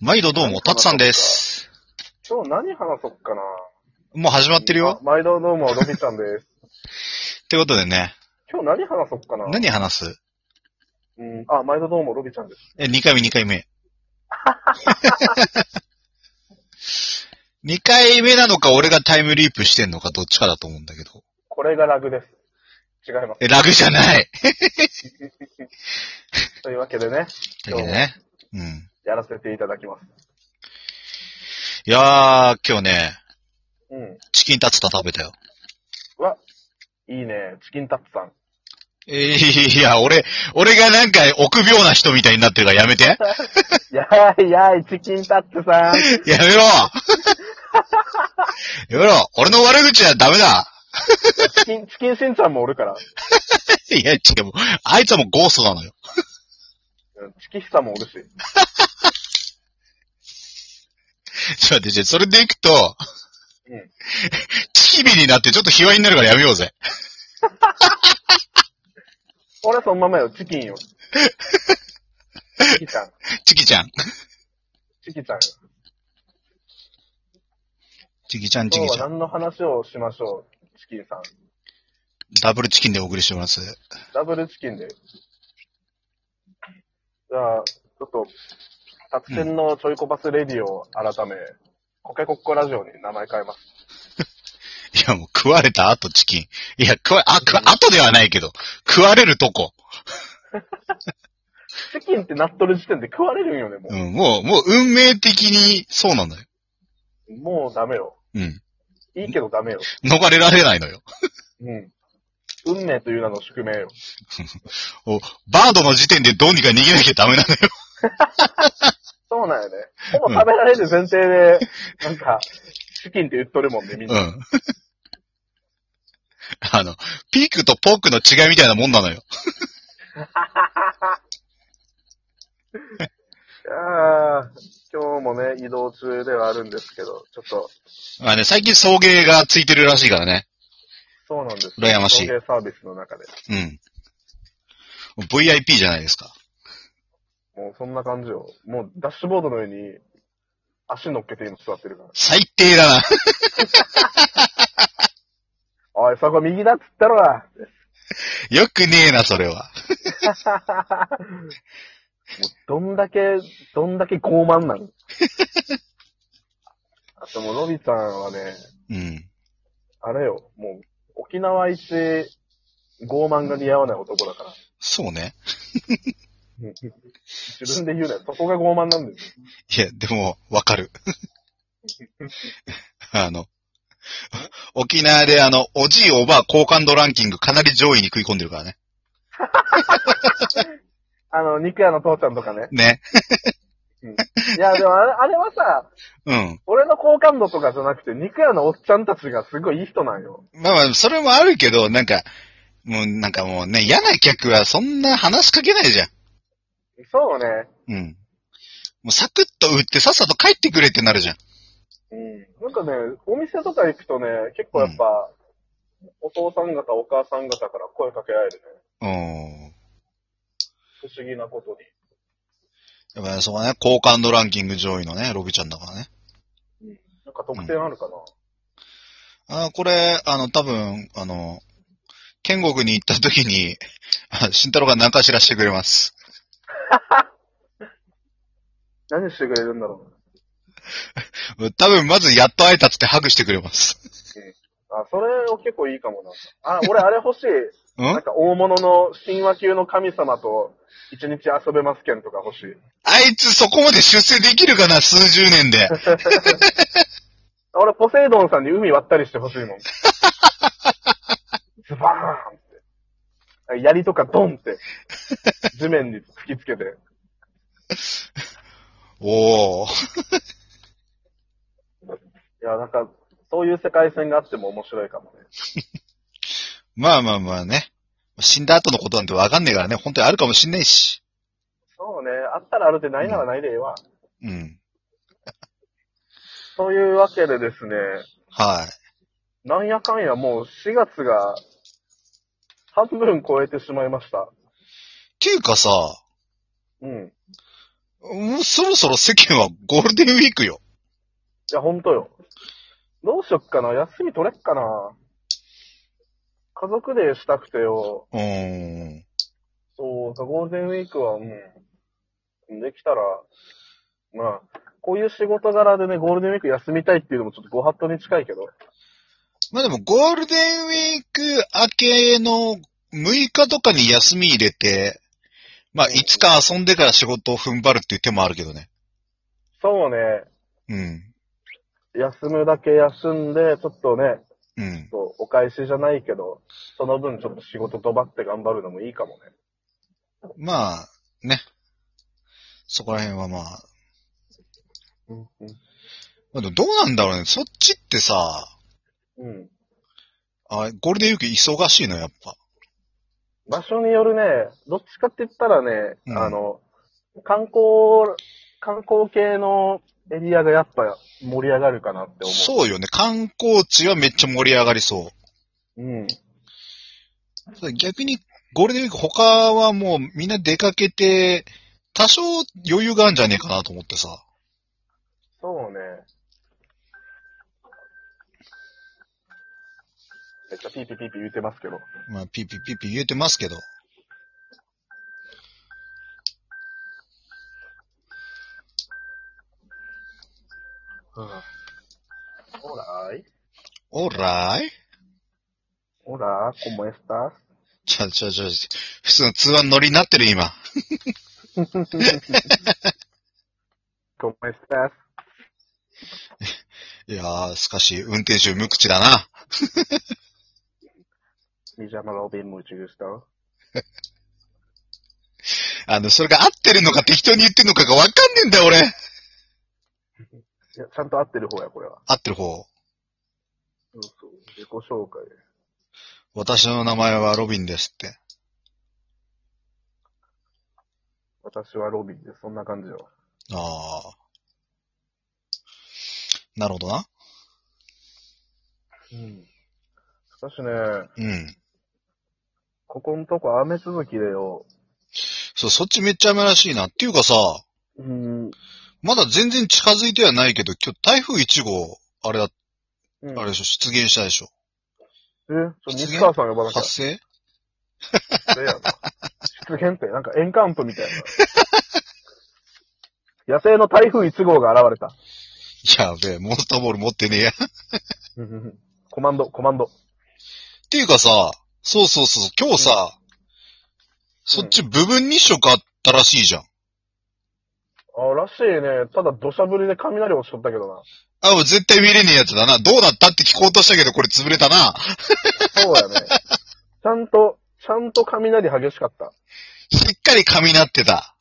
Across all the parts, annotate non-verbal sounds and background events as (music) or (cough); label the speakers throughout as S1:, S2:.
S1: 毎度どうも、たつさんです。
S2: 今日何話そっかな
S1: もう始まってるよ。
S2: あ毎度どうも、ドビちゃんです。
S1: ってことでね、
S2: 今日何話そっかな
S1: 何話す
S2: うん。あ、毎度どうも、ロビちゃんです。
S1: え、2回目、2回目。2回目なのか、俺がタイムリープしてんのか、どっちかだと思うんだけど。
S2: これがラグです。違います。
S1: え、ラグじゃない。
S2: というわけでね、
S1: だけどね。うん。
S2: やらせていただきます。
S1: いやー、今日ね、
S2: うん。
S1: チキンタツタ食べたよ。
S2: うわ、いいね、チキンタップさん。 (laughs)
S1: えー、いや、俺、俺がなんか臆病な人みたいになってるからやめて。
S2: やーいやーい、チキンタップさん。
S1: やめろ (laughs) やめろ俺の悪口はダメだ
S2: チキン、チキンしんちゃんもおるから。
S1: いや、違う、もうあいつはもうゴーストなのよ。
S2: うんチキヒサもおるし。
S1: ちょ、待ってちょそれでいくと、
S2: うん。
S1: チビになってちょっと卑猥になるからやめようぜ。
S2: 俺そのままよ、チキンよ。チキちゃん。
S1: チキちゃん。
S2: チキちゃんよ。
S1: チキちゃん、チ
S2: 今
S1: キ
S2: 日
S1: ちゃ
S2: は
S1: ん。
S2: 何の話をしましょう、チキンさん。
S1: ダブルチキンでお送りしております。
S2: ダブルチキンで。じゃあ、ちょっと、作戦のちょいこバスレディを改め、コケコッコラジオに名前変えます。
S1: いや、もう食われた後チキン。いや、食わ、あ、食わ、後ではないけど、食われるとこ。
S2: チキンってなっとる時点で食われるんよね、も
S1: うん、もう、もう運命的にそうなのよ。
S2: う。もうダメよ。
S1: うん。
S2: いいけどダメよ。
S1: 逃れられないのよ。
S2: うん。運命という名の宿命よ。
S1: おバードの時点でどうにか逃げなきゃダメなのよ。
S2: そうなんよね。ほぼ食べられる前提で、なんか、チキンって言っとるもんね、みん
S1: う
S2: な。
S1: ん。 (laughs) あの、ピークとポークの違いみたいなもんなのよ。
S2: ああ、今日もね、移動中ではあるんですけど、ちょっと、
S1: まあね、最近送迎がついてるらしいからね。
S2: そうなんです。
S1: 羨ましい
S2: 送迎サービスの中で。
S1: うん。VIP じゃないですか。
S2: もうそんな感じよ。もうダッシュボードの上に足乗っけて今座ってるから。
S1: 最低だな。 (laughs)
S2: おい、そこ右だっつったろな。
S1: よくねえな、それは。
S2: もうどんだけ、どんだけ傲慢なの。あともうロビさんはね、
S1: うん。
S2: あれよ、もう沖縄一傲慢が似合わない男だから。
S1: そうね。
S2: 自分で言うなよ。そこが傲慢なんだよ。
S1: いや、でも、わかる。 (laughs) あの、沖縄であの、おじいおばあ好感度ランキングかなり上位に食い込んでるからね。
S2: あの、肉屋の父ちゃんとかね。
S1: ね。
S2: いや、でもあれあれはさ、
S1: うん。
S2: 俺の好感度とかじゃなくて、肉屋のおっちゃんたちがすごいいい人なんよ。
S1: まあまあ、それもあるけど、なんか、もうなんかもうね、嫌な客はそんな話しかけないじゃん。
S2: そうね。
S1: うん。もうサクッと売ってさっさと帰ってくれってなるじゃん。
S2: うんなんかね、お店とか行くとね、結構やっぱ、お父さん方、お母さん方から声かけられるね。
S1: うん。
S2: 不思議なことに。
S1: やっぱりそこね、好感度ランキング上位のね、ロビちゃんだからね。
S2: なんか特典あるかな、
S1: あーこれ、あの、多分、あの、建国に行った時に、あ慎太郎が何かしらしてくれます。
S2: 何してくれるんだろう
S1: 多分、まずやっと会えたっつってハグしてくれます。
S2: あ、それを結構いいかもな。あ、俺あれ欲しい。
S1: う
S2: なんんか大物の神話級の神様と一日遊べますけんとか欲しい。
S1: あいつそこまで出世できるかな、数十年で。
S2: 俺ポセイドンさんに海割ったりして欲しいもん。ズバーンって。槍とかドンって、地面に突きつけて。
S1: おー。
S2: いや、なんか、そういう世界線があっても面白いかもね。
S1: まあまあまあね。死んだ後のことなんてわかんねえからね、本当にあるかもしんねえし。
S2: そうね。あったらあるでないならないでええわ。
S1: うん。
S2: というわけでですね、
S1: はい。
S2: なんやかんやもう4月が半分超えてしまいました。
S1: っていうかさ、
S2: うん。
S1: もうそろそろ世間はゴールデンウィークよ。
S2: いや、ほんとよ。どうしよっかな。休み取れっかな。家族でしたくてよ。
S1: うーん。
S2: そうか、ゴールデンウィークはもう、できたら、まあ、こういう仕事柄でね、ゴールデンウィーク休みたいっていうのもちょっとご法度に近いけど。
S1: まあでもゴールデンウィーク明けの6日とかに休み入れて、まあ
S2: うん
S1: 5日遊んでから仕事を踏ん張るっていう手もあるけどね。
S2: そうね、
S1: うん。
S2: 休むだけ休んで、ちょっとね、
S1: うん。
S2: そうお返しじゃないけど、その分ちょっと仕事ドバって頑張るのもいいかもね。
S1: まあ、ね。そこら辺はまあ。
S2: うん、
S1: まあでもどうなんだろうね。そっちってさ、
S2: うん。うん。
S1: あゴールデンウィーク忙しいの、やっぱ。
S2: 場所によるね、どっちかって言ったらね、
S1: うん
S2: あの、観光、観光系のエリアがやっぱ盛り上がるかなって思う。
S1: そうよね。観光地はめっちゃ盛り上がりそう。
S2: う。うん。
S1: そう逆に、ゴールデンウィーク他はもうみんな出かけて、多少余裕があるんじゃねえかなと思ってさ。
S2: そうね。めっちゃピーピーピーピー言ってますけど。
S1: まあ、ピーピーピーピー言えてますけど。
S2: うん。オラーイ
S1: オーライ
S2: オラー、コモエスタ
S1: ちょ、ちょ、ちょ、普通の通話乗りになってる今。
S2: コモエスタ
S1: いやー、しかし、運転手無口だな。
S2: ミジャマロビンムチュースタ
S1: あの、それが合ってるのか適当に言ってるのかがわかんねえんだよ、俺。
S2: いや、ちゃんと合ってる方や、これは。
S1: 合ってる方。
S2: そうそう。自己紹介。
S1: 私の名前はロビンですって。
S2: 私はロビンです。そんな感じよ。
S1: あー。なるほどな。
S2: うん。しかしね、
S1: うん。
S2: ここのとこ雨続きでよ。
S1: そう、そっちめっちゃ雨らしいな。っていうかさ、
S2: うん。
S1: まだ全然近づいてはないけど、今日台風1号、あれだ、あれでしょ、出現したでしょ。
S2: え、ちょ、西川さん呼ばなきゃ
S1: 発。生
S2: それやな。出現って、なんか (laughs) エンカウントみたいな。野生の台風1号が現れた。
S1: やべえ、モンスターボール持ってねえや。っ
S2: コマンド、コマンド。
S1: ていうかさ、そうそうそう、今日さ、そっち部分日食あったらしいじゃん。
S2: あ、らしいね。ただ土砂降りで雷落ちとったけどな。
S1: あ、もう絶対見れねえやつだな。どうなったって聞こうとしたけど、これ潰れたな。
S2: そう (laughs) やね。ちゃんと、ちゃんと雷激しかった。
S1: しっかり髪なってた。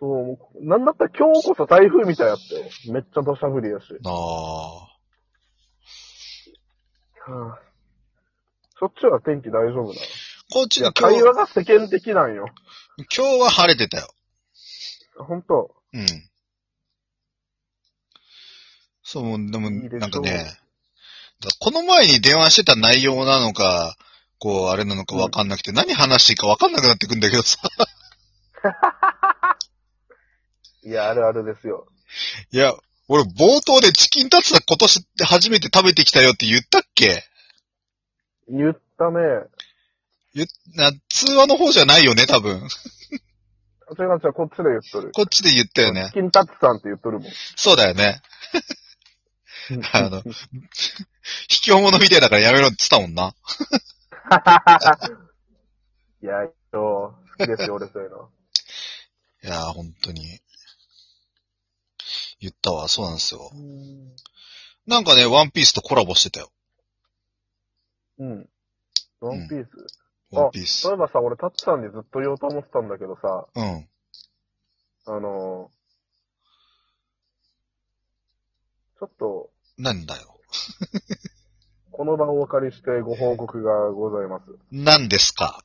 S2: そう、もうなんだったら今日こそ台風みたいやったよ。めっちゃ土砂降りやし。
S1: ああ。
S2: はあ、そっちは天気大丈夫なのい
S1: こっち
S2: や、
S1: の今日
S2: 会、話が世間的なんよ。
S1: 今日は晴れてたよ。
S2: ほんと。
S1: うん。そう、もうでも、
S2: いいでしょう
S1: なんかね、だこの前に電話してた内容なのか、こう、あれなのかわかんなくて、何話していいかわかんなくなってくんだけどさ。
S2: いや、あるあるですよ。
S1: いや、俺冒頭でチキンタツタ今年って初めて食べてきたよって言ったっけ
S2: 言ったね。
S1: な通話の方じゃないよね、多分。
S2: それがじゃあこっちで言っとる。
S1: こっちで言ったよね
S2: チ。キンタツさんって言っとるもん。
S1: そうだよね。
S2: (laughs)
S1: あの、卑怯者みたいだからやめろって言ったもんな。
S2: いや、そう、好き (laughs) ですよ、俺そういうの。
S1: いやー、本当に。言ったわ、そうなんですよ。なんかね、ワンピースとコラボしてたよ。
S2: うん。ワンピース。
S1: ワンピース
S2: そう。いえばさ、俺タツさんにずっと言おうと思ってたんだけどさ、
S1: うん。
S2: あのーちょっと、
S1: なんだよ。
S2: この場をお借りしてご報告がございます。
S1: 何ですか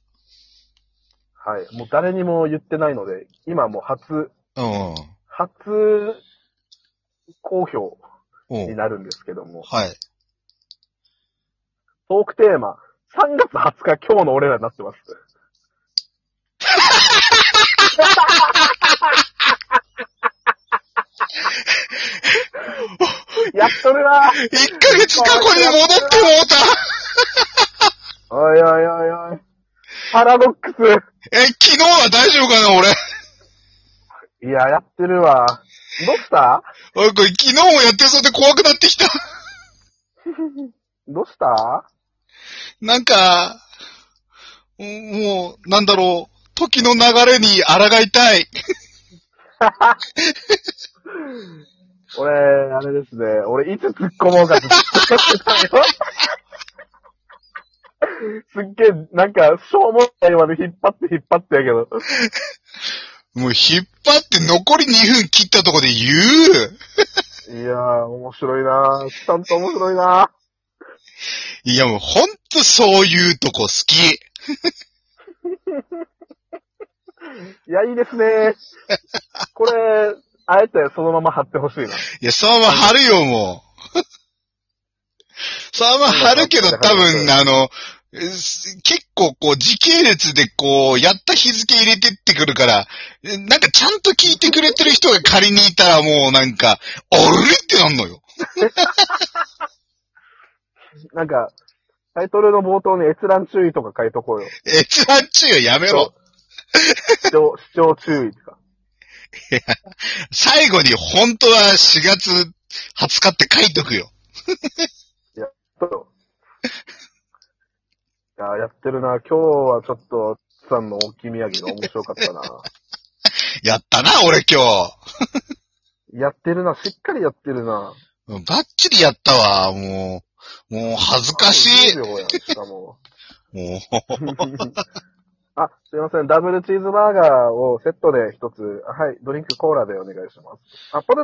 S2: はい。もう誰にも言ってないので、今もう初、
S1: うん。
S2: 初公表
S1: お
S2: に
S1: う
S2: なるんですけども、
S1: はい。
S2: トークテーマ、3月20日今日の俺らになってます。やっとるな
S1: 一ヶ月過去に戻ってもうた
S2: おいおいおいおい。パラドックス。
S1: え、昨日は大丈夫かな、俺。
S2: いや、やってるわ。どうした
S1: おい、これ昨日もやってそうで怖くなってきた。
S2: どうした
S1: なんか、もうもう、なんだろう。時の流れに抗いたい。
S2: 俺、あれですね。俺、いつ突っ込もうか (laughs) ずっと思ってたよ。すっげえ、なんか、しょうもないまで引っ張って引っ張ってやけど。
S1: もう引っ張って残り2分切ったとこで言う。
S2: いやー、面白いなー。ちゃんと面白いない
S1: や、もうほんとそういうとこ好き。
S2: ー。いや、いいですねー。これ、あえてそのまま貼ってほしいな。
S1: いや、そのまま貼るよ、もう。そ (laughs) のまま貼るけど、多分、あの、えす結構こう、時系列でこう、やった日付入れてってくるから、えなんかちゃんと聞いてくれてる人が仮にいたらもうなんか、おるってなんのよ。
S2: なんか、タイトルの冒頭に閲覧注意とか書いとこうよ。
S1: え、ちゃんちゅうやめろ。
S2: 視聴、視聴注意とか。
S1: 最後に本当は4月20日って書いとくよ。
S2: そういやー、やってるな。今日はちょっと、つっさんの大きい土産が面白かったな。
S1: やったな、俺今日。
S2: やってるな。しっかりやってるな。
S1: うんバッチリやったわ、もう。もう恥ずかしい
S2: 10。秒やんしかも。
S1: もう。
S2: あ、すいません。ダブルチーズバーガーをセットで一つ。はい。ドリンクコーラでお願いします。あ、ポテ